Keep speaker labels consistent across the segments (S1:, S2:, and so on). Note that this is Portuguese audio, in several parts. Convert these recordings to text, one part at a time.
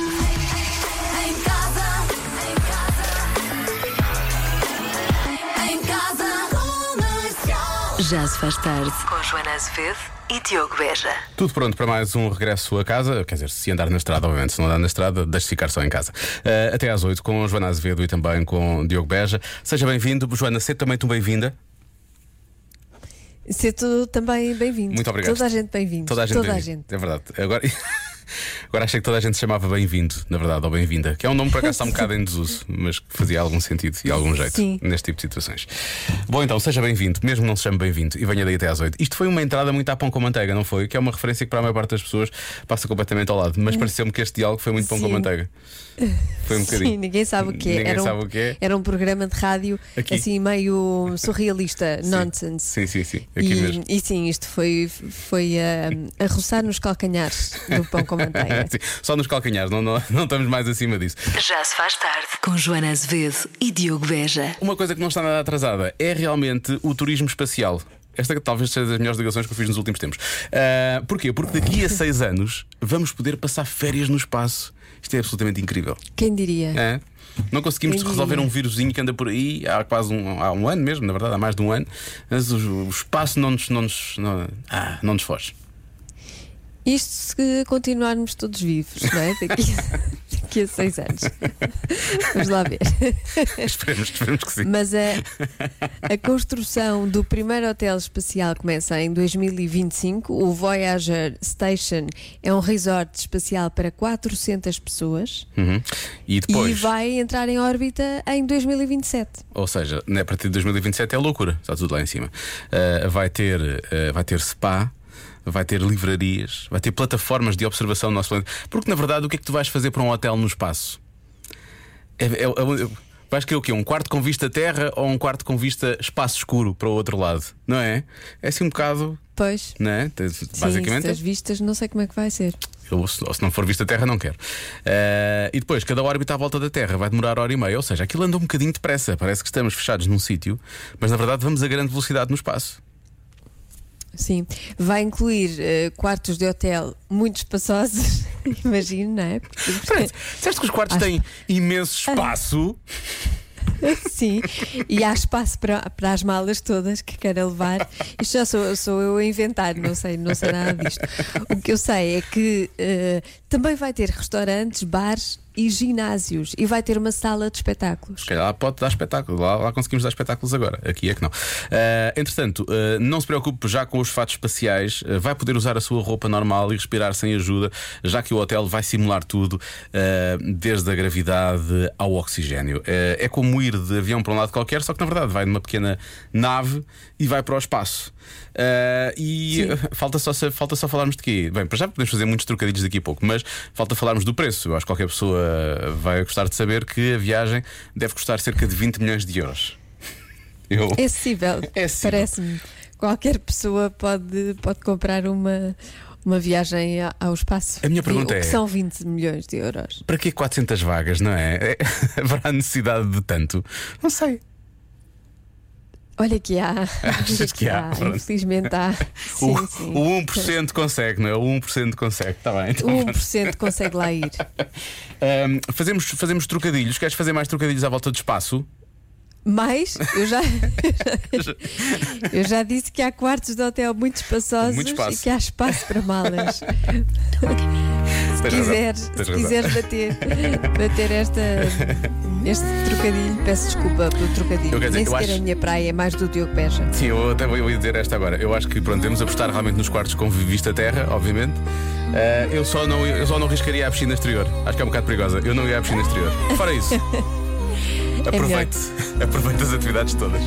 S1: Em casa, em casa, em casa comercial.
S2: Já se faz tarde. Com Joana Azevedo e Diogo Beja.
S3: Tudo pronto para mais um regresso a casa. Quer dizer, se andar na estrada, obviamente, se não andar na estrada, deixe ficar só em casa. Eh, até às 8 com Joana Azevedo e também com Diogo Beja. Seja bem-vindo. Joana, seja também tu bem-vinda.
S4: Ser tu também bem-vindo.
S3: Muito obrigado.
S4: Toda a gente bem-vindo.
S3: Toda a gente.
S4: Toda a
S3: bem-vinda.
S4: gente.
S3: É verdade. Agora, agora achei que toda a gente se chamava bem-vindo, na verdade, ou bem-vinda, que é um nome para cá está um bocado em desuso, mas que fazia algum sentido e algum jeito
S4: Sim.
S3: neste tipo de situações. Bom, então, seja bem-vindo, mesmo não se chame bem-vindo, e venha daí até às 8. Isto foi uma entrada muito à pão com manteiga, não foi? Que é uma referência que para a maior parte das pessoas passa completamente ao lado, mas pareceu-me que este diálogo foi muito pão com
S4: Hum. Sim.
S3: manteiga. Foi um bocadinho.
S4: Sim, ninguém sabe o que é.
S3: Ninguém
S4: era um,
S3: sabe o que é.
S4: Era um programa de rádio
S3: Aqui.
S4: assim meio surrealista, nonsense.
S3: Sim, sim, sim. Aqui
S4: e,
S3: mesmo.
S4: e sim, isto foi, foi ah, a roçar nos calcanhares do pão com manteiga.
S3: Sim, Só nos calcanhares, não, não, não estamos mais acima disso.
S2: Já se faz tarde. Com Joana Azevedo e Diogo Beja.
S3: Uma coisa que não está nada atrasada é realmente o turismo espacial. Esta que talvez seja das melhores ligações que eu fiz nos últimos tempos. Ah, porquê? Porque daqui a seis anos vamos poder passar férias no espaço. Isto é absolutamente incrível.
S4: Quem diria?
S3: Hã? Não conseguimos
S4: Quem
S3: resolver
S4: diria?
S3: um vírusinho que anda por aí há quase um, há um ano mesmo, na verdade, há mais de um ano. Mas o, o espaço não nos, não, nos, não, ah, não nos foge.
S4: Isto se continuarmos todos vivos, não é? Daqui, daqui a seis anos. Vamos lá ver.
S3: Esperemos, esperemos que sim.
S4: Mas a, a construção do primeiro hotel espacial começa em 2025. O Voyager Station é um resort espacial para 400 pessoas
S3: Uhum. E depois,
S4: e vai entrar em órbita em 2027.
S3: ou seja, né, a partir de 2027 é loucura, está tudo lá em cima. Ah, vai, ter, ah, vai ter spa, vai ter livrarias, vai ter plataformas de observação do nosso planeta. Porque na verdade, o que é que tu vais fazer para um hotel no espaço? É, é- é- vais querer o quê? Um quarto com vista terra ou um quarto com vista espaço escuro para o outro lado? Não é? É assim um bocado,
S4: Pois.
S3: não é? Tens-
S4: Sim,
S3: basicamente.
S4: estas vistas, não sei como é que vai ser.
S3: Ou se, ou se não for vista a Terra, não quero. Eh, e depois, cada órbita à volta da Terra vai demorar hora e meia. Ou seja, aquilo anda um bocadinho depressa. Parece que estamos fechados num sítio, mas na verdade vamos a grande velocidade no espaço.
S4: Sim. Vai incluir eh, quartos de hotel muito espaçosos, imagino, não é? Porque-
S3: Parece, disseste que os quartos
S4: Acho-
S3: têm imenso espaço.
S4: Sim, e há espaço para, para as malas todas que queira levar. Isto já sou, sou eu a inventar, não sei, não sei nada disto. O que eu sei é que eh, também vai ter restaurantes, bares e ginásios e vai ter uma sala de espetáculos.
S3: Se calhar lá pode dar espetáculo, lá, lá conseguimos dar espetáculos agora, aqui é que não. Eh, entretanto, eh, não se preocupe já com os fatos espaciais, Eh, vai poder usar a sua roupa normal e respirar sem ajuda, já que o hotel vai simular tudo, eh, desde a gravidade ao oxigênio. Eh, é como ir de avião para um lado qualquer, só que na verdade vai numa pequena nave e vai para o espaço. Eh, e
S4: Sim.
S3: Falta só, falta só falarmos de quê? Bem, para já podemos fazer muitos trocadilhos daqui a pouco, mas falta falarmos do preço. Eu acho que qualquer pessoa vai gostar de saber que a viagem deve custar cerca de 20 milhões de euros. Eu.
S4: É acessível,
S3: É acessível.
S4: parece-me. Qualquer pessoa pode, pode comprar uma, uma viagem a- ao espaço.
S3: A minha
S4: E
S3: pergunta
S4: o que
S3: é-
S4: São 20 milhões de euros.
S3: Para que 400 vagas, não é? é? Haverá necessidade de tanto? Não sei.
S4: Olha que há.
S3: Achas
S4: Olha
S3: que há? Pronto.
S4: Infelizmente há. Sim,
S3: o, um
S4: sim.
S3: o 1% consegue, não é? O 1% consegue. Está bem. Então,
S4: O 1% consegue lá ir.
S3: Ahm, fazemos, fazemos trocadilhos. Queres fazer mais trocadilhos à volta de espaço?
S4: Mas eu já, eu já disse que há quartos de hotel muito espaçosos
S3: Muito espaço.
S4: e que há espaço para malas. se
S3: Tens razão,
S4: quiseres,
S3: tens
S4: se
S3: razão.
S4: quiseres bater, bater esta, este trocadilho, peço desculpa pelo trocadilho.
S3: Eu quero dizer,
S4: Nem
S3: eu
S4: sequer
S3: acho-
S4: a minha praia é mais do Diogo Peja.
S3: Sim, eu até vou eu ia dizer esta agora. Eu acho que pronto, temos apostar realmente nos quartos com vista à terra, obviamente. Eh, eu, só não, eu só não riscaria a piscina exterior. Acho que é um bocado perigosa. Eu não ia à piscina exterior. Fora isso. aproveite. Aproveite as atividades todas.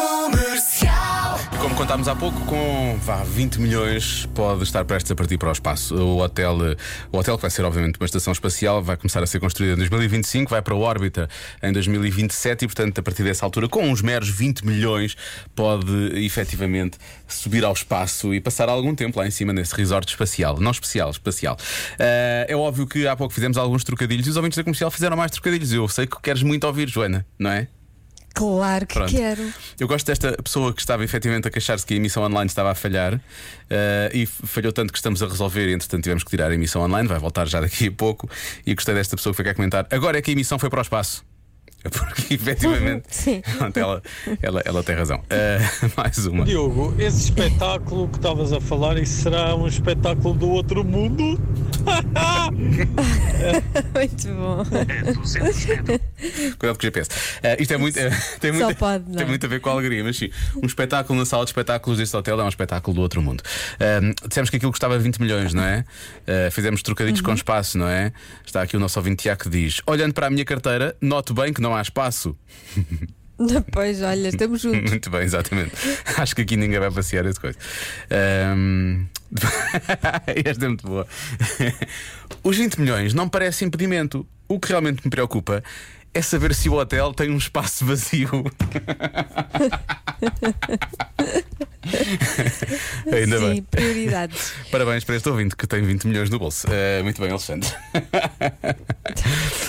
S1: Comercial.
S3: Como contámos há pouco, com vá, 20 milhões pode estar prestes a partir para o espaço. O hotel, eh, o hotel que vai ser, obviamente, uma estação espacial, vai começar a ser construída em 2025, vai para a órbita em 2027 e, portanto, a partir dessa altura, com uns meros 20 milhões, pode eh, efetivamente subir ao espaço e passar algum tempo lá em cima nesse resort espacial. Não especial, espacial. Eh, é óbvio que há pouco fizemos alguns trocadilhos e os ouvintes da comercial fizeram mais trocadilhos. Eu sei que queres muito ouvir, Joana, não é?
S4: Claro que
S3: Pronto.
S4: quero.
S3: Eu gosto desta pessoa que estava efetivamente a queixar-se que a emissão online estava a falhar eh, e falhou tanto que estamos a resolver e entretanto tivemos que tirar a emissão online, vai voltar já daqui a pouco. E gostei desta pessoa que foi cá comentar. Agora é que a emissão foi para o espaço. Porque efetivamente
S4: Sim.
S3: pronto, ela, ela, ela tem razão. Eh, mais uma.
S5: Diogo, esse espetáculo que estavas a falar, isso será um espetáculo do outro mundo?
S4: Muito bom.
S3: Cuidado com o GPS. Eh, isto é muito. eh, tem,
S4: Só
S3: muito
S4: pode, não é?
S3: tem muito a ver com a alegria, mas sim. Um espetáculo na sala de espetáculos deste hotel é um espetáculo do outro mundo. Ahm, dissemos que aquilo custava 20 milhões, não é? Eh, fizemos trocadilhos
S4: Uhum.
S3: com espaço, não é? Está aqui o nosso ouvinte Tiago que diz: Olhando para a minha carteira, noto bem que não há espaço.
S4: Pois, olha, estamos juntos.
S3: Muito bem, exatamente. Acho que aqui ninguém vai passear essa coisa. Ahm, Esta é muito boa. Os 20 milhões não parece impedimento. O que realmente me preocupa é saber se o hotel tem um espaço vazio. Ainda
S4: Sim,
S3: bem.
S4: prioridades.
S3: Parabéns para este ouvinte que tem 20 milhões no bolso. Ah, muito bem, Alexandre.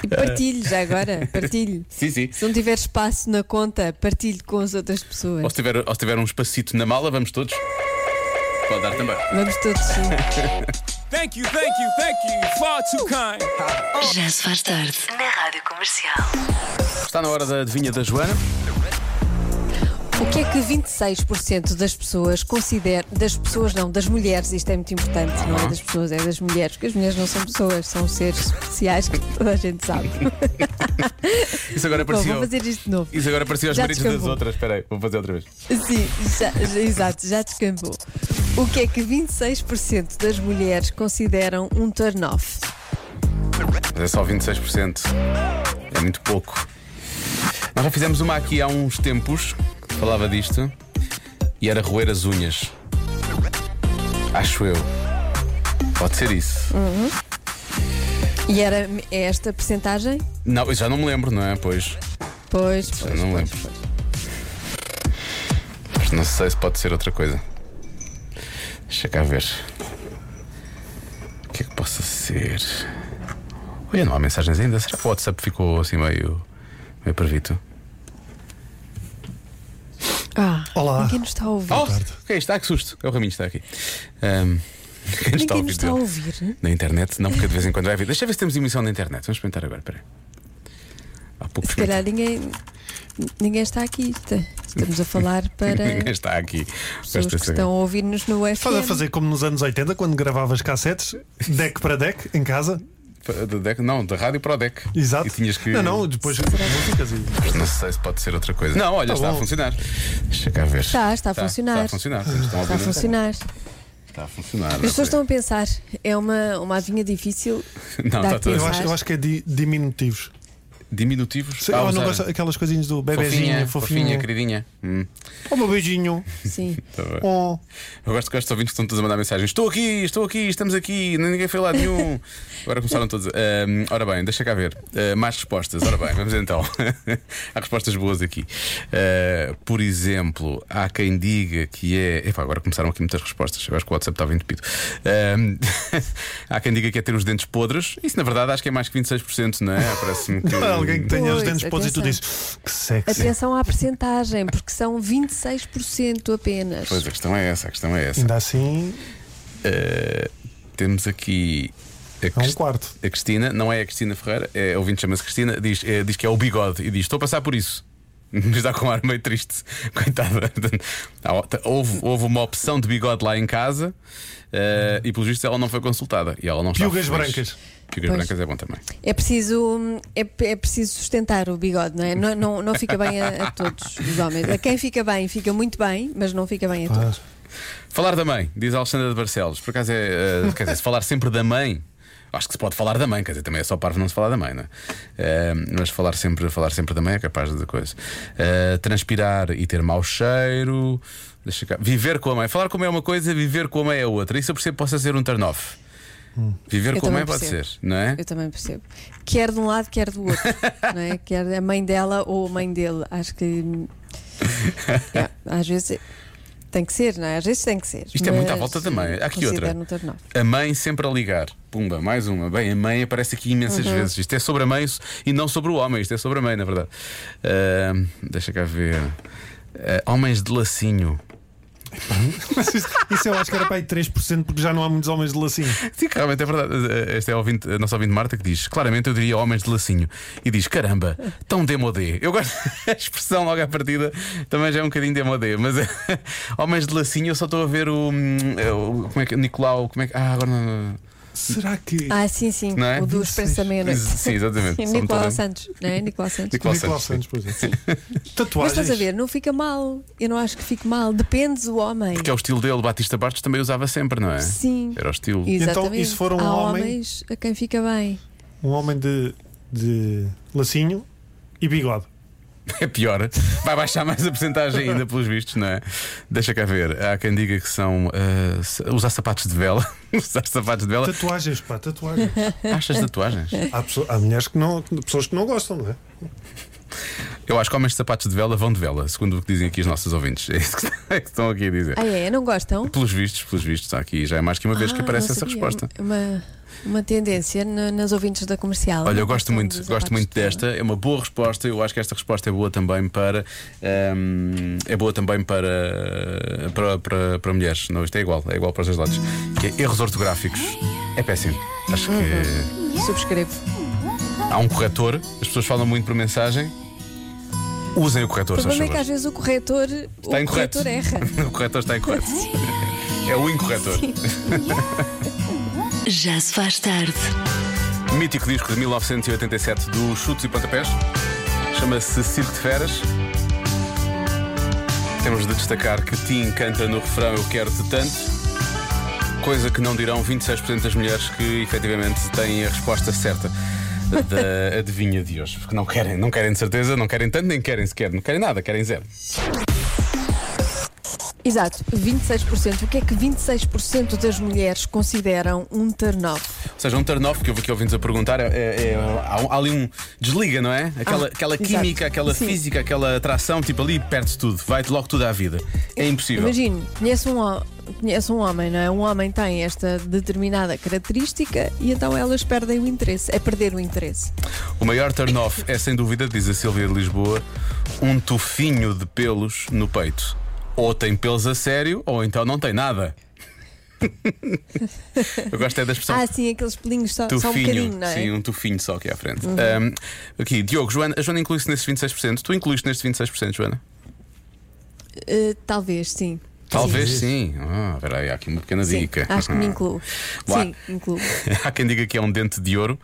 S4: E partilhe já agora, partilhe.
S3: Sim, sim.
S4: Se não tiver espaço na conta, partilhe com as outras pessoas.
S3: Ou se tiver, ou se tiver um espacito na mala, vamos todos. Pode dar também.
S4: Vamos todos juntos.
S6: Thank you, thank you, thank you. You're far too kind.
S2: Já se faz tarde na Rádio Comercial.
S3: Está na hora da adivinha da Joana.
S4: O que é que 26% das pessoas consideram. Das pessoas não, das mulheres, isto é muito importante, não
S3: Uhum.
S4: é das pessoas, é das mulheres, porque as mulheres não são pessoas, são seres especiais que toda a gente sabe.
S3: Isso agora
S4: Bom,
S3: parecia.
S4: vou fazer isto de novo.
S3: Isso agora parecia aos
S4: Já
S3: maridos das
S4: descambou.
S3: outras. Espera aí, vou fazer outra vez.
S4: Sim, já, já- exato, já descambou. O que é que 26% das mulheres consideram um turn-off?
S3: Mas é só 26%. É muito pouco. Nós já fizemos uma aqui há uns tempos que falava disto e era roer as unhas. Acho eu. Pode ser isso.
S4: E era é esta percentagem?
S3: Não, eu já não me lembro, não é? Pois.
S4: Pois, pois,
S3: não
S4: pois,
S3: lembro.
S4: pois.
S3: Mas não sei se pode ser outra coisa. Deixa cá ver. O que é que possa ser? Olha, não há mensagens ainda. Será que o WhatsApp ficou assim meio. meio pervito?
S4: Ah,
S7: Olá.
S4: Ninguém nos está a ouvir.
S3: Oh, quem está? Que susto. É o Raminho que está aqui. Ahm, quem está a
S4: Ninguém
S3: ouvir
S4: nos está a
S3: dele?
S4: ouvir.
S3: Na internet? Não, porque de vez em quando vai haver. Deixa eu ver se temos emissão na internet. Vamos experimentar agora, peraí. Há pouco
S4: Se calhar ninguém, ninguém está aqui. Está- Estamos a falar
S3: Ninguém
S4: para
S3: está aqui.
S4: pessoas que
S3: Presta atenção.
S4: estão a ouvir-nos no FM.
S7: Estás a fazer como nos anos 80, quando gravavas cassetes, deck para deck, em casa?
S3: Da DEC- Não, da rádio para o deck.
S7: Exato.
S3: E tinhas que.
S7: Não, não, depois músicas e.
S3: Não sei se pode ser outra coisa. Não, olha, está a
S7: bom.
S3: funcionar. Deixa cá ver.
S4: Está, está a funcionar.
S3: Está a funcionar. Estão a
S4: Está a
S3: ouvir.
S4: funcionar.
S3: Está a funcionar.
S4: As pessoas estão a pensar. É uma, uma adivinha difícil.
S3: Não,
S4: Dá
S3: está
S4: aqui.
S3: tudo.
S7: Eu acho, eu acho que é di- diminutivos.
S3: Diminutivos.
S7: Sei,
S3: Ah,
S7: ou
S3: usar.
S7: não gosto aquelas coisinhas do
S3: Fofinha,
S7: bebezinha,
S3: fofinha,
S7: fofinha.
S3: queridinha. Hum.
S7: Oh, meu beijinho.
S4: Sim.
S3: Tá bem.
S7: Oh.
S3: Eu gosto que estes ouvintes que estão todos a mandar mensagens. Estou aqui, estou aqui, estamos aqui, ninguém foi lá nenhum. Agora começaram todos. a- Ahm, ora bem, deixa cá ver. Ah, mais respostas. Ora bem, vamos então. há respostas boas aqui. Ah, por exemplo, há quem diga que é. Epá, agora começaram aqui muitas respostas. Eu acho que o WhatsApp estava entupido. Ahm, há quem diga que é ter os dentes podres. Isso, na verdade, acho que é mais que 26%, não é? Parece-me que.
S7: Alguém que tenha
S4: Pois,
S7: os dentes podres e tu
S4: atenção.
S7: dizes que sexy.
S4: Atenção à percentagem, porque são 26% apenas.
S3: Pois a questão é essa, a questão é essa.
S7: Ainda assim,
S3: Ah, temos aqui. a
S7: é um
S3: quest-
S7: quarto.
S3: A Cristina, não é a Cristina Ferreira, é, a ouvinte chama-se Cristina, diz, é, diz que é o bigode e diz: Estou a passar por isso. Mas está com um ar meio triste, coitada. Há- t- Houve, houve uma opção de bigode lá em casa eh, e, pelo visto, ela não foi consultada. E ela não está
S7: Piugas
S3: feliz.
S7: brancas.
S3: Piugas
S4: Pois.
S3: brancas é bom também.
S4: É preciso, é, é preciso sustentar o bigode, não é? Não, não, não fica bem a, a todos os homens. A quem fica bem, fica muito bem, mas não fica bem a todos.
S3: Falar da mãe, diz Alexandra de Barcelos. Por acaso é. eh, quer dizer, se falar sempre da mãe. Acho que se pode falar da mãe, quer dizer, também é só parvo não se falar da mãe, não é? Eh, mas falar sempre, falar sempre da mãe é capaz de coisa. Eh, transpirar e ter mau cheiro. Deixa cá. Viver com a mãe. Falar com a mãe é uma coisa, viver com a mãe é outra. Isso eu percebo possa ser um turn-off. Viver
S4: Hum. Eu
S3: com a mãe
S4: também percebo.
S3: pode ser, não é?
S4: Eu também percebo. Quer de um lado, quer do outro. não é? Quer a mãe dela ou a mãe dele. Acho que. hum, é, às vezes. Tem que ser, não é? Às vezes tem que ser.
S3: Isto é muito à
S4: Mas,
S3: volta também. Há aqui outra.
S4: considero um turn off.
S3: A mãe sempre a ligar. Pumba, mais uma. Bem, a mãe aparece aqui imensas vezes. Isto é sobre a mãe e não sobre o homem. Isto é sobre a mãe, na verdade. Ah, deixa cá ver. Ah, homens de lacinho.
S7: Mas isso, isso eu acho que era para aí 3%, porque já não há muitos homens de lacinho.
S3: Sim, realmente é verdade. Ah, Esta é a, ouvinte, a nossa ouvinte Marta que diz: claramente eu diria homens de lacinho. E diz: caramba, tão demodé. Eu gosto da expressão logo à partida, também já é um bocadinho demodé. Mas ah, homens de lacinho, eu só estou a ver o. hum, o- Como é que. Nicolau, como é que. Ah, agora não.
S7: Será que.
S4: Ah, sim, sim.
S3: Não é?
S4: O dos pensamentos.
S3: Sim, exatamente. Só
S4: Nicolau
S3: me estou a
S4: Santos, não é? Nicolau Santos.
S3: Nicolau
S7: Nicolau
S3: Santos,
S7: Santos, por exemplo.
S4: Mas
S7: Tatuagens.
S4: estás a ver, não fica mal. Eu não acho que fique mal. Depende do homem.
S3: Que é o estilo dele, Batista Bartos também usava sempre, não é?
S4: Sim.
S3: Era o estilo.
S4: Exatamente.
S7: Então, e se for um
S4: Há
S7: homem-
S4: homens a quem fica bem.
S7: Um homem de, de lacinho e bigode.
S3: É pior. Vai baixar mais a porcentagem ainda, pelos vistos, não é? Deixa cá ver. Há quem diga que são ah, sa- usar sapatos de vela. usar sapatos de vela.
S7: Tatuagens, pá, tatuagens.
S3: Achas tatuagens?
S7: Há, pessoa- há mulheres que não. pessoas que não gostam, não é?
S3: Eu acho que homens de sapatos de vela vão de vela, segundo o que dizem aqui os nossos ouvintes. É isso que, é que estão aqui a dizer.
S4: Ah, é? Não gostam?
S3: Pelos vistos, pelos vistos, há aqui já é mais que uma vez que
S4: Ah,
S3: aparece
S4: não
S3: essa
S4: sabia.
S3: resposta.
S4: É Uma, uma tendência na- nas ouvintes da comercial. Então,
S3: Olha, eu
S4: Não
S3: gosto
S4: gostam
S3: muito,
S4: dos
S3: gosto muito
S4: sapatos de
S3: desta, é uma boa resposta. Eu acho que esta resposta é boa também para hum, é boa também para, para, para, para mulheres. Não, isto é igual, é igual para os dois lados. Que é erros ortográficos é péssimo. Acho que
S4: vela. Subscrevo.
S3: há um corretor, as pessoas falam muito por mensagem. Usem o corretor,
S4: O
S3: se faz
S4: problema é que às
S3: favor.
S4: vezes o corretor, o
S3: Está incorreto.
S4: corretor erra.
S3: O corretor está incorreto. É o incorretor.
S2: Já se faz tarde.
S3: Mítico disco de 1987 do Chutes e Pontapés. Chama-se Circo de Feras. Temos de destacar que Tim canta no refrão Eu Quero-te Tanto, coisa que não dirão 26% das mulheres que efetivamente têm a resposta certa da adivinha de hoje. Porque não querem, não querem de certeza, não querem tanto, nem querem sequer, não querem nada, querem zero.
S4: Exato, 26%. O que é que 26% das mulheres consideram um turn-off?
S3: Ou seja, um turn-off que eu vi aqui ouvintes a perguntar, é, é- é- há, um- há ali um desliga, não é? Aquela,
S4: Ah,
S3: aquela
S4: exato.
S3: química, aquela
S4: Sim.
S3: física, aquela atração, tipo ali perde-se tudo, vai-te logo tudo à vida. É impossível.
S4: Imagino, conhece um, ho- conhece um homem, não é? Um homem tem esta determinada característica e então elas perdem o interesse. É perder o interesse.
S3: O maior turn-off é, sem dúvida, diz a Silvia de Lisboa, um tufinho de pelos no peito. Ou tem pelos a sério, ou então não tem nada. eu gosto é da expressão
S4: Ah, sim, aqueles pelinhos só, só um
S3: Tufinho,
S4: bocadinho, não é? Uhum.
S3: sim, um tufinho só aqui à frente. Um, aqui, Diogo, Joana, a Joana inclui-se nesses 26%. Tu incluíste nestes 26%, Joana?
S4: Eh, talvez, sim.
S3: Talvez sim. Ah, espera aí, há aqui uma pequena
S4: Sim,
S3: dica.
S4: acho que me incluo.
S3: Lá.
S4: Sim, incluo.
S3: Há quem diga que é um dente de ouro,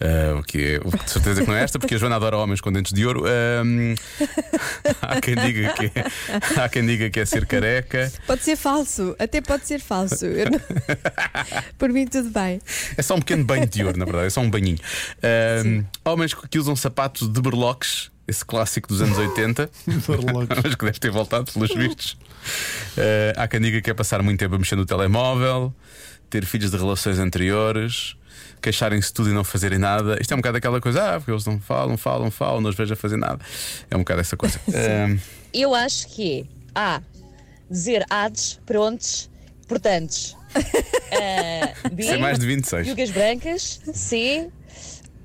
S3: ah, o que é, o que de certeza que não é esta, porque a Joana adora homens com dentes de ouro. Ahm, há, quem diga que é, há quem diga que é ser careca.
S4: Pode ser falso, até pode ser falso. Eu não- Por mim, tudo bem.
S3: É só um pequeno banho de ouro, na verdade, é só um banhinho. Ahm, homens que usam sapatos de berloques, esse clássico dos anos 80.
S7: Farlocos.
S3: Mas que deve ter voltado pelos vistos. Eh, há quem diga que é passar muito tempo a mexer no telemóvel, ter filhos de relações anteriores, queixarem-se de tudo e não fazerem nada. Isto é um bocado aquela coisa, ah, porque eles não falam, falam, falam, não os vejo a fazer nada. É um bocado essa coisa. Eh,
S8: Eu acho que é A. Dizer ades, prontos, portantes. Ah, B.
S3: Isso é mais de 26.
S8: Yugas brancas. C.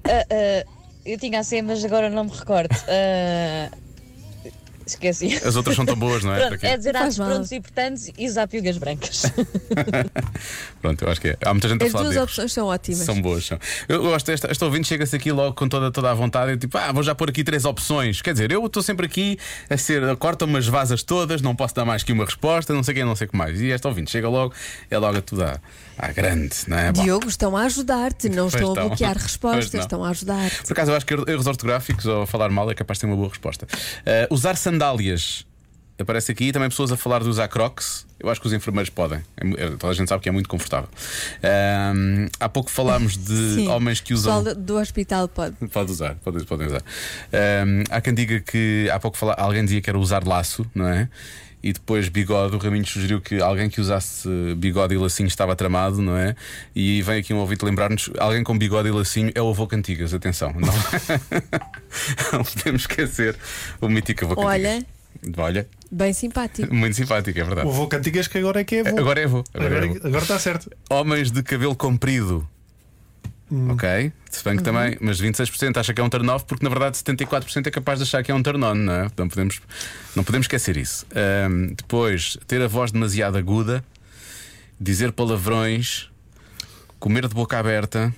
S8: ah, ah, eu tinha a C, mas agora não me recordo. Ah, esqueci.
S3: As outras são tão boas, não é? Para
S8: Pronto,
S3: quê?
S8: é dizer
S4: Faz
S8: ades,
S4: mal.
S8: prontos e portantes e usar piugas brancas.
S3: Pronto, eu acho que é. Há muita gente a
S4: As
S3: falar
S4: duas
S3: de erros.
S4: opções são ótimas.
S3: São boas, são. Eu gosto desta. Esta ouvinte chega-se aqui logo com toda, toda a vontade. Eu, tipo, ah, vou já pôr aqui três opções. Quer dizer, eu estou sempre aqui a ser. Cortam-me as vasas todas, não posso dar mais que uma resposta, não sei quem, não sei o que mais. E esta ouvinte chega logo, é logo a tudo à, à grande, não é? Bom,
S4: Diogo, estão a ajudar-te, não
S3: Pois
S4: estão a
S3: estão.
S4: bloquear
S3: Pois
S4: respostas,
S3: não.
S4: estão a ajudar-te.
S3: Por acaso, eu acho que erros ortográficos ou falar mal é capaz de ter uma boa resposta. Ah, usar sandálias. Aparece aqui também pessoas a falar de usar crocs. Eu acho que os enfermeiros podem. É mu- é- toda a gente sabe que é muito confortável. Ah, há pouco falámos de
S4: Sim,
S3: homens que usam.
S4: O pessoal do- do hospital pode.
S3: Pode usar, pode, podem usar. Ahm, há quem diga que há pouco fala, alguém dizia que era usar laço, não é? E depois bigode, o Raminho sugeriu que alguém que usasse bigode e lacinho estava tramado, não é? E vem aqui um ouvido lembrar-nos: alguém com bigode e lacinho é o avô Cantigas, atenção. Não, não podemos esquecer o mítico avô Cantigas.
S4: Olha,
S3: Olha,
S4: Bem simpático.
S3: muito simpático, é verdade.
S7: O avô cantigas que agora é que é avô.
S3: Agora é vou. Agora é
S7: Agora-
S3: vou.
S7: agora está certo.
S3: Homens de cabelo comprido. Ok? Se bem que também, mas 26% acha que é um turn off, porque na verdade 74% é capaz de achar que é um turn on, não é? Não podemos, não podemos esquecer isso. Ahm, depois, ter a voz demasiado aguda, dizer palavrões, comer de boca aberta,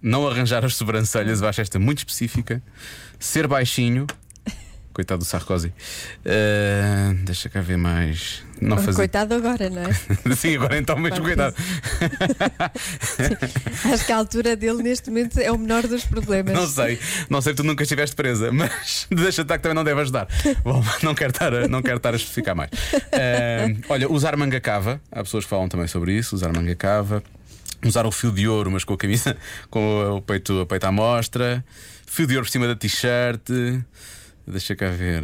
S3: não arranjar as sobrancelhas, eu acho esta muito específica, ser baixinho. Coitado do Sarkozy. Ah, deixa cá ver mais.
S4: Ah,
S3: Não fazer.
S4: Coitado agora, não é?
S3: Sim, agora então, mas
S4: Claro
S3: cuidado.
S4: que Acho que a altura dele neste momento é o menor dos problemas.
S3: Não sei, não sei, tu nunca estiveste presa, mas deixa estar que também não deve ajudar. Bom, não quero estar a, não quero estar a especificar mais. Ahm, olha, usar manga cava, há pessoas que falam também sobre isso, usar manga cava, usar o fio de ouro, mas com a camisa, com o peito, o peito à mostra, fio de ouro por cima da t-shirt. Deixa cá ver.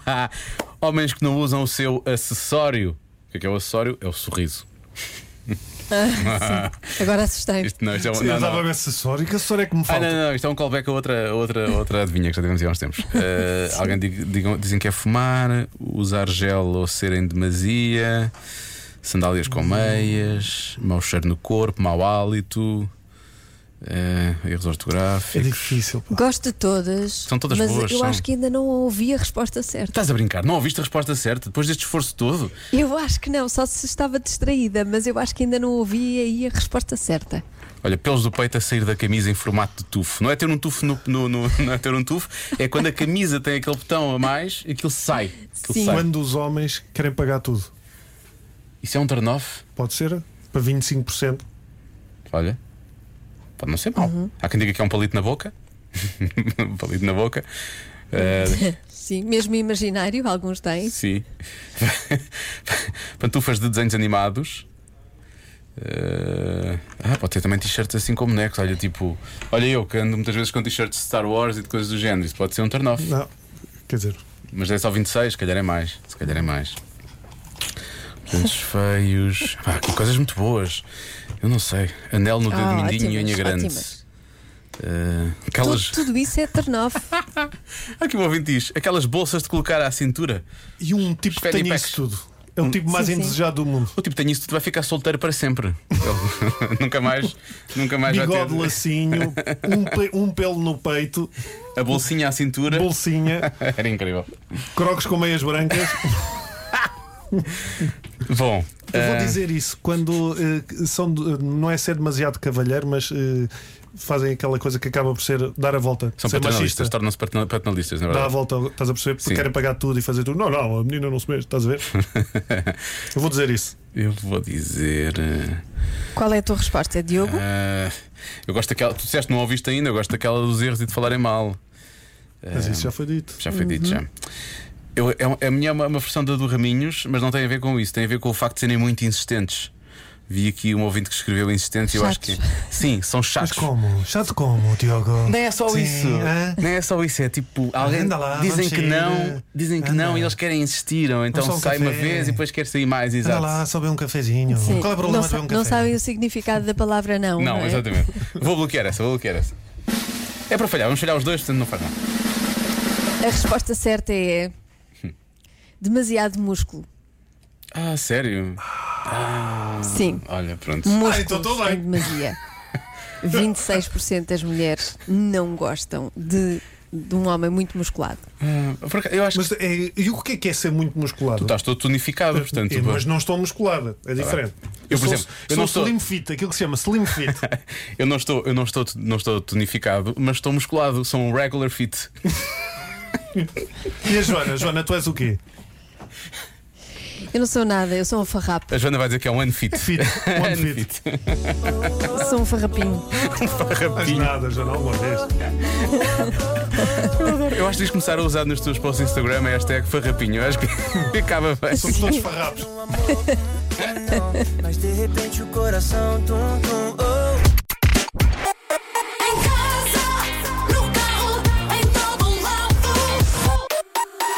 S3: Homens que não usam o seu acessório. O que é, que é o acessório? É o sorriso.
S4: Agora assustei-me.
S3: Isto não, isto é um-
S7: Sim,
S3: não,
S7: eu
S3: não.
S7: dava-me acessório. Que acessório é que me
S3: Ah,
S7: falta?
S3: não, não, isto é um callback a outra, a outra, a outra adivinha que já tivemos aí há uns tempos. Eh, alguém dig- digam- dizem que é fumar, usar gel ou ser em demasia, sandálias com meias, mau cheiro no corpo, mau hálito, eh, erros
S7: É
S3: ortográficos.
S7: difícil. pá.
S4: Gosto de todas.
S3: São todas
S4: mas
S3: boas,
S4: Eu
S3: são.
S4: acho que ainda não ouvi a resposta certa.
S3: Estás a brincar? Não ouviste a resposta certa depois deste esforço todo?
S4: Eu acho que não, só se estava distraída, mas eu acho que ainda não ouvi aí a resposta certa.
S3: Olha, pelos do peito a sair da camisa em formato de tufo. Não é ter um tufo no, no- no- não é ter um tufo, é quando a camisa tem aquele botão a mais, aquilo sai. Aquilo
S4: Sim.
S3: sai.
S7: Quando os homens querem pagar tudo,
S3: Isso é um turn off?
S7: pode ser para 25%.
S3: Olha, pode não ser mau.
S4: Uhum.
S3: Há quem diga que é um palito na boca. um palito na boca. Eh,
S4: Sim, mesmo imaginário, alguns têm.
S3: sim. Pantufas de desenhos animados. Eh, ah, pode ter também t-shirts assim com bonecos. Olha, tipo, olha eu que ando muitas vezes com t-shirts de Star Wars e de coisas do género. Isso pode ser um turn-off.
S7: Não, quer dizer,
S3: Mas é só 26, se calhar é mais. Se calhar é mais. Dentes feios. Ah, que coisas muito boas. Eu não sei. Anel no dedo
S4: Ah,
S3: mindinho e
S4: ótimas,
S3: unha grande.
S4: ótimas.
S3: Eh,
S4: Tudo,
S3: aquelas.
S4: tudo isso é turn-off.
S3: Aqui o ouvinte diz: aquelas bolsas de colocar à cintura.
S7: e um tipo que
S3: Fanny
S7: tem
S3: packs.
S7: isso tudo. É
S3: Um
S7: o tipo mais
S4: sim.
S7: indesejado do mundo.
S3: O tipo tem isso, tu vai ficar solteiro para sempre. Ele nunca mais, nunca mais vai
S7: Bigode
S3: ter
S7: lacinho, um, pe- um pelo no peito,
S3: a bolsinha à cintura.
S7: bolsinha,
S3: Era incrível.
S7: crocs com meias brancas.
S3: Bom,
S7: Eu vou
S3: eh,
S7: dizer isso quando eh, são de- eh, não é ser demasiado cavalheiro, mas eh, fazem aquela coisa que acaba por ser dar a volta.
S3: são
S7: ser machista.
S3: paternalistas, tornam-se paterna- paternalistas, na
S7: Dá a
S3: verdade.
S7: volta, estás a perceber? Porque
S3: Sim.
S7: querem pagar tudo e fazer tudo. Não, não, a menina não se mexe, estás a ver? Eu vou dizer isso.
S3: Eu vou dizer. eh,
S4: Qual é a tua resposta, Diogo?
S3: ah, eu gosto daquela. Tu disseste, não a ouviste ainda, eu gosto daquela dos erros e de falarem mal. É.
S7: Mas isso já foi dito.
S3: Já foi dito, já. Eu, é, a minha é uma, uma versão da do Raminhos, mas não tem a ver com isso, tem a ver com o facto de serem muito insistentes. Vi aqui um ouvinte que escreveu insistentes e eu acho que.
S4: Chatos.
S3: Sim, são chatos.
S7: Mas como? Chato como, Diogo?
S3: Nem é só
S7: Sim,
S3: isso.
S7: hã?
S3: Nem é só isso. É tipo, alguém
S7: Anda lá,
S3: dizem
S7: vamos
S3: que
S7: sair,
S3: não,
S7: eh,
S3: dizem que
S7: anda.
S3: não e eles querem insistir. ou Então
S7: só um
S3: sai uma
S7: café.
S3: vez e depois quer sair mais.
S7: Anda
S3: Exato.
S7: lá, só bebe um cafezinho.
S4: Sim.
S7: Qual
S4: não,
S7: é o problema de
S4: sa-
S7: beber um
S4: não
S7: café?
S4: sabem o significado da palavra não.
S3: Não,
S4: é?
S3: exatamente. Vou bloquear essa, vou bloquear essa. É para falhar, vamos falhar os dois, portanto não faz nada.
S4: A resposta certa é
S7: Hum.
S4: demasiado músculo.
S3: Ah, sério?
S4: Sim,
S3: Olha, pronto.
S7: Ah, então
S4: músculo
S7: tô bem.
S4: em demasia. 26% das mulheres não gostam de, de um homem muito musculado.
S3: Ah, por acaso, Eu acho que
S7: Mas é, e o que é que é ser muito musculado?
S3: tu estás todo tonificado, portanto.
S7: É, mas não estou musculada, é diferente.
S3: Tá Eu, por
S7: sou,
S3: exemplo, eu
S7: sou
S3: não sou-
S7: slim fit, aquilo que se chama slim fit.
S3: Eu não estou, eu não estou, não estou tonificado, mas estou musculado, sou um regular fit.
S7: e a Joana? Joana, tu és o quê?
S4: Eu não sou nada, eu sou um farrapo,
S3: A Joana vai dizer que é um unfit.
S7: Fit, one
S3: Unfit.
S7: fit. É.
S4: sou um farrapinho.
S7: Mas nada, Joana, alguma vez.
S4: Oh.
S3: Eu acho que tens de começar a usar nos teus posts no Instagram a hashtag farrapinho. Eu acho que acaba bem.
S7: Somos todos farrapos.
S9: Mas de repente o coração tum tum oh.
S1: Em casa, no carro, em todo lado.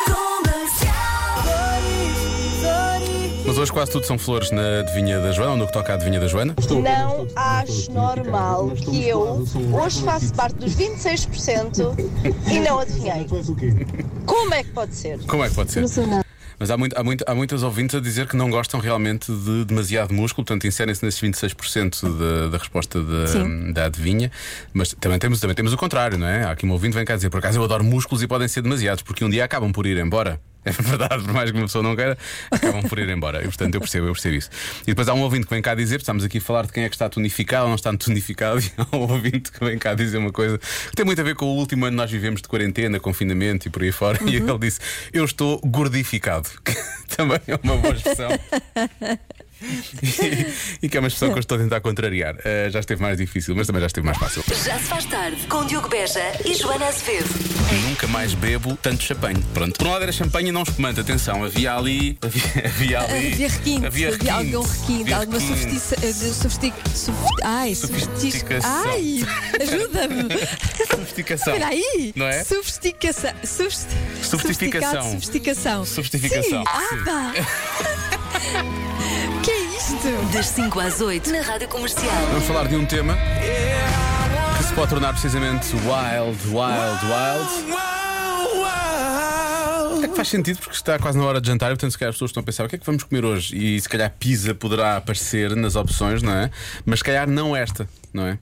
S1: Comercial.
S9: Sorry, sorry.
S3: Mas hoje quase tudo são flores na adivinha da Joana, ou no que toca à adivinha da Joana.
S10: Não acho normal que eu hoje faço parte dos 26% e não adivinhei. Como é que pode ser?
S3: Como é que pode ser? Mas há, muito, há, muito, há muitas ouvintes a dizer que não gostam realmente de demasiado músculo, portanto inserem-se nesses 26% da, da resposta da,
S4: Sim.
S3: da adivinha. Mas também temos, também temos o contrário, não é? Há aqui um ouvinte que vem cá dizer: por acaso eu adoro músculos e podem ser demasiados, porque um dia acabam por ir embora. É verdade, por mais que uma pessoa não queira, acabam por ir embora. E portanto eu percebo, eu percebo isso. E depois há um ouvinte que vem cá dizer: estamos aqui a falar de quem é que está tonificado ou não está tonificado, e há um ouvinte que vem cá dizer uma coisa que tem muito a ver com o último ano que nós vivemos de quarentena, confinamento e por aí fora. E ele disse: Eu estou gordificado, que também é uma boa expressão. e, e que é uma expressão que eu estou a tentar contrariar. Eh, já esteve mais difícil, mas também já esteve mais fácil.
S2: Já se faz tarde com Diogo Beja e Joana Azevedo.
S3: Nunca mais bebo tanto champanhe. Pronto. Por um lado era champanhe e não espumante. Atenção, havia ali. Havia, havia ali.
S4: Havia requinte, havia,
S3: requinte,
S4: algum requinte,
S3: havia
S4: alguma
S3: requinte.
S4: sofistica, eh, sofistic, sof- ai, sofistic,
S3: Sofisticação.
S4: ai, ajuda-me.
S3: Sofisticação.
S4: Espera aí,
S3: Não é?
S4: Sofisticação, sofist,
S3: Sofisticação.
S4: sofisticado, sofisticação,
S3: Sofisticação,
S4: Sim, Ah, tá. aba. que é isto?
S2: Das 5 às 8 na Rádio Comercial.
S3: Vamos falar de um tema que se pode tornar precisamente wild, wild, wild. É que faz sentido porque está quase na hora de jantar, e, portanto, se calhar as pessoas estão a pensar o que é que vamos comer hoje? E se calhar pizza poderá aparecer nas opções, não é? Mas se calhar não esta, não é?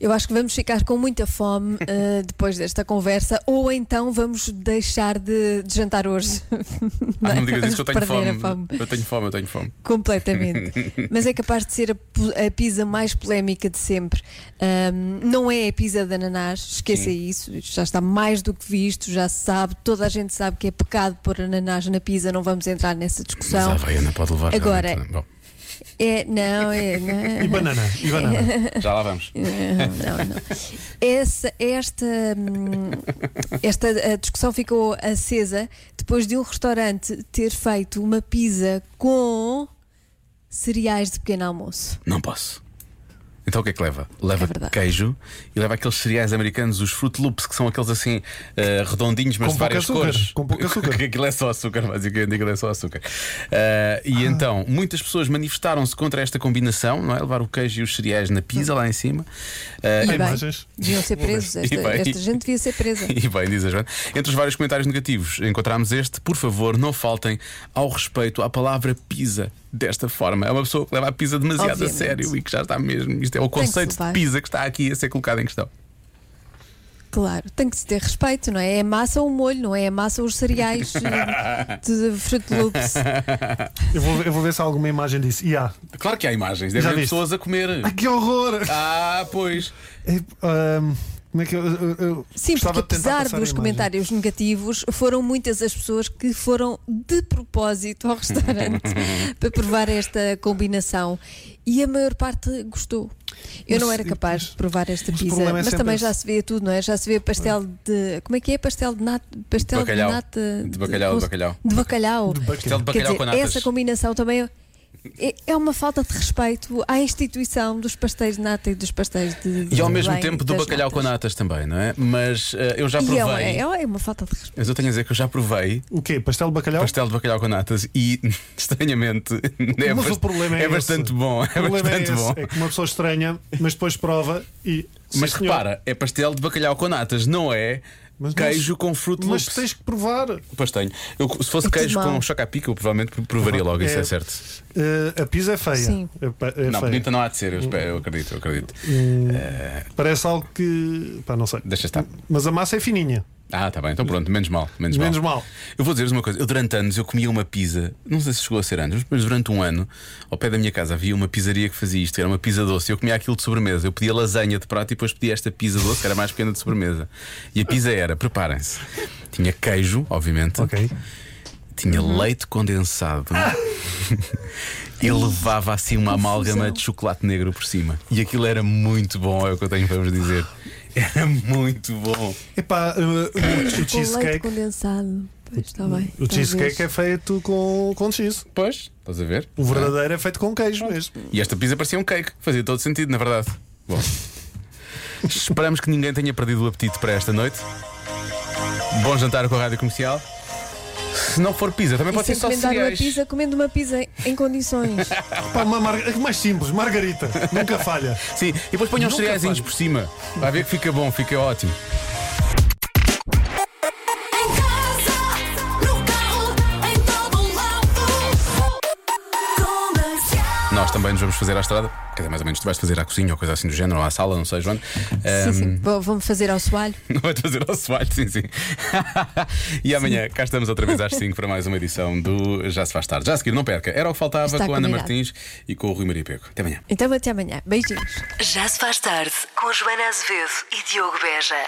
S4: Eu acho que vamos ficar com muita fome eh, depois desta conversa, ou então vamos deixar de, de jantar hoje.
S3: Ah, não
S4: é?
S3: digas isso, eu
S4: Vamos perder
S3: tenho fome.
S4: a fome.
S3: Eu tenho fome, eu tenho fome.
S4: Completamente. Mas é capaz de ser a, pu- a pizza mais polémica de sempre. Ahm, não é a pizza de ananás, esqueça isso. Já está mais do que visto, já se sabe. Toda a gente sabe que é pecado pôr ananás na pizza, não vamos entrar nessa
S3: Mas a
S4: discussão.
S3: Havaiana pode levar.
S4: Agora-
S3: realmente, não é? Bom,
S4: É, não, é.
S7: E
S4: Não,
S7: banana, e banana.
S3: já lá vamos.
S4: não, não. Essa, esta, hum, esta eh, discussão ficou acesa depois de um restaurante ter feito uma pizza com cereais de pequeno almoço.
S3: Não posso. Então o que é que leva? Leva
S4: É verdade.
S3: queijo e leva aqueles cereais americanos, os Fruit Loops, que são aqueles assim eh, redondinhos, mas
S7: Com
S3: de
S7: pouco
S3: várias
S7: açúcar,
S3: cores.
S7: com pouco açúcar.
S3: Porque aquilo é só açúcar, basicamente, aquilo é só açúcar. Eh,
S7: Ah.
S3: e então, muitas pessoas manifestaram-se contra esta combinação, não é? Levar o queijo e os cereais na pizza lá em cima. Eh,
S4: E
S7: Tem
S4: bem,
S7: imagens?
S4: Deviam ser presos. Esta,
S3: E bem.
S4: esta gente devia ser presa.
S3: E bem, diz a Joana. Entre os vários comentários negativos, encontramos este. Por favor, não faltem ao respeito à palavra pizza desta forma. É uma pessoa que leva a pizza demasiado
S4: Obviamente.
S3: a sério e que já está mesmo. Isto é o
S4: que
S3: conceito de
S4: levar.
S3: pizza que está aqui a ser colocado em questão.
S4: Claro, tem que se ter respeito, não é? É massa ou molho, não é? É massa ou os cereais eh, de Fruit Loops.
S7: Eu vou, eu vou ver se há alguma imagem disso. E há.
S3: Claro que há imagens,
S7: Já
S3: devem haver
S7: viste?
S3: pessoas a comer.
S7: Ai, que horror!
S3: Ah, pois.
S7: É, ahm, como é que eu. eu, eu
S4: Sim,
S7: gostava
S4: porque
S7: de
S4: apesar
S7: tentar passar a
S4: dos
S7: imagem.
S4: comentários negativos, foram muitas as pessoas que foram de propósito ao restaurante para provar esta combinação e a maior parte gostou. Eu
S7: Mas-
S4: não era capaz de provar esta
S7: mas o
S4: pizza,
S7: problema é
S4: mas
S7: sempre
S4: também
S7: esse.
S4: já se vê tudo, não é? Já se vê pastel de. Como é que é? Pastel de nata. Pastel
S3: Bacalhau.
S4: de nata.
S3: De bacalhau, de
S4: com-
S3: bacalhau.
S4: De bacalhau.
S3: Pastel
S4: Quer
S3: de bacalhau
S4: dizer,
S3: com natas.
S4: essa combinação também é- é- é uma falta de respeito à instituição dos pastéis de nata e dos pastéis de.
S3: E ao
S4: de
S3: mesmo
S4: Belém,
S3: tempo do
S4: das
S3: bacalhau com
S4: natas.
S3: natas também, não é? Mas eh, eu já
S4: E é uma-
S3: provei.
S4: é é uma falta de respeito.
S3: Mas eu tenho a dizer que eu já provei
S7: O quê? Pastel de bacalhau?
S3: pastel de bacalhau com natas e, estranhamente, é,
S7: Mas
S3: bast-
S7: o problema é,
S3: é bastante
S7: esse.
S3: bom.
S7: O
S3: É
S7: problema
S3: bastante
S7: é, esse,
S3: bom.
S7: é que uma pessoa estranha, mas depois prova e. sim,
S3: Mas
S7: senhor.
S3: repara, é pastel de bacalhau com natas, não é
S7: Mas-
S3: queijo com fruto
S7: Mas
S3: loops.
S7: tens que provar.
S3: Pois tenho. Eu, se fosse
S4: É tudo
S3: queijo
S4: mau.
S3: com chocapica, eu provavelmente provaria logo, isso é
S7: É-
S3: certo.
S7: Eh, a pizza é feia.
S4: Sim.
S7: É, pa- é
S3: não,
S7: feia.
S3: bonita não há de ser, eu, espero- eu acredito, eu acredito.
S7: Parece algo que. pá, não sei.
S3: Deixa estar.
S7: Mas a massa é fininha.
S3: Ah, tá bem, então pronto, menos mal. Menos,
S7: Menos
S3: mal.
S7: mal.
S3: Eu vou dizer-vos uma coisa: eu durante anos eu comia uma pizza, não sei se chegou a ser anos, mas durante um ano, ao pé da minha casa havia uma pizzaria que fazia isto, era uma pizza doce. Eu comia aquilo de sobremesa, eu pedia lasanha de prato e depois pedia esta pizza doce, que era mais pequena de sobremesa. E a pizza era, preparem-se, tinha queijo, obviamente.
S7: Ok.
S3: Tinha leite condensado e levava assim uma amálgama de chocolate negro por cima. E aquilo era muito bom, é o que eu tenho para vos dizer. Era muito bom.
S7: Epá, eh, o, o
S4: Com leite
S7: cheesecake.
S4: condensado. Pois está bem.
S7: O cheesecake é
S4: talvez.
S7: feito com, com cheese.
S3: Pois, estás a ver?
S7: O verdadeiro é feito com queijo mesmo.
S3: E esta pizza parecia um cake, fazia todo sentido, na verdade. Bom, esperamos que ninguém tenha perdido o apetite para esta noite. Bom jantar com a rádio comercial. Se não for pizza, também pode
S4: e
S3: ser
S4: se
S3: só
S4: encomendar uma
S3: cereais.
S4: pizza, é comendo uma pizza em, em condições.
S7: Pá, uma marga- mais simples, margarita. Nunca falha.
S3: Sim, e depois ponham uns
S7: Nunca
S3: cereaizinhos
S7: falha.
S3: por cima. Vai ver que fica bom, fica ótimo.
S1: Em casa, no carro, em todo lado. Comercial.
S3: Nós também nos vamos fazer à estrada. Quer dizer, mais ou menos tu vais fazer à cozinha ou coisa assim do género, ou à sala, não sei, João.
S7: É.
S4: Sim, sim. Vou- Vão-me fazer ao soalho.
S3: Não vai trazer ao soalho, sim, sim. e amanhã cá estamos outra vez às 5 para mais uma edição do Já se faz tarde. Já a seguir, não perca. Era o que faltava
S4: Está
S3: com a Ana
S4: combinado.
S3: Martins e com o Rui Maria Pego. Até amanhã.
S4: Então até amanhã. Beijinhos.
S2: Já se faz tarde com Joana Azevedo e Diogo Beja.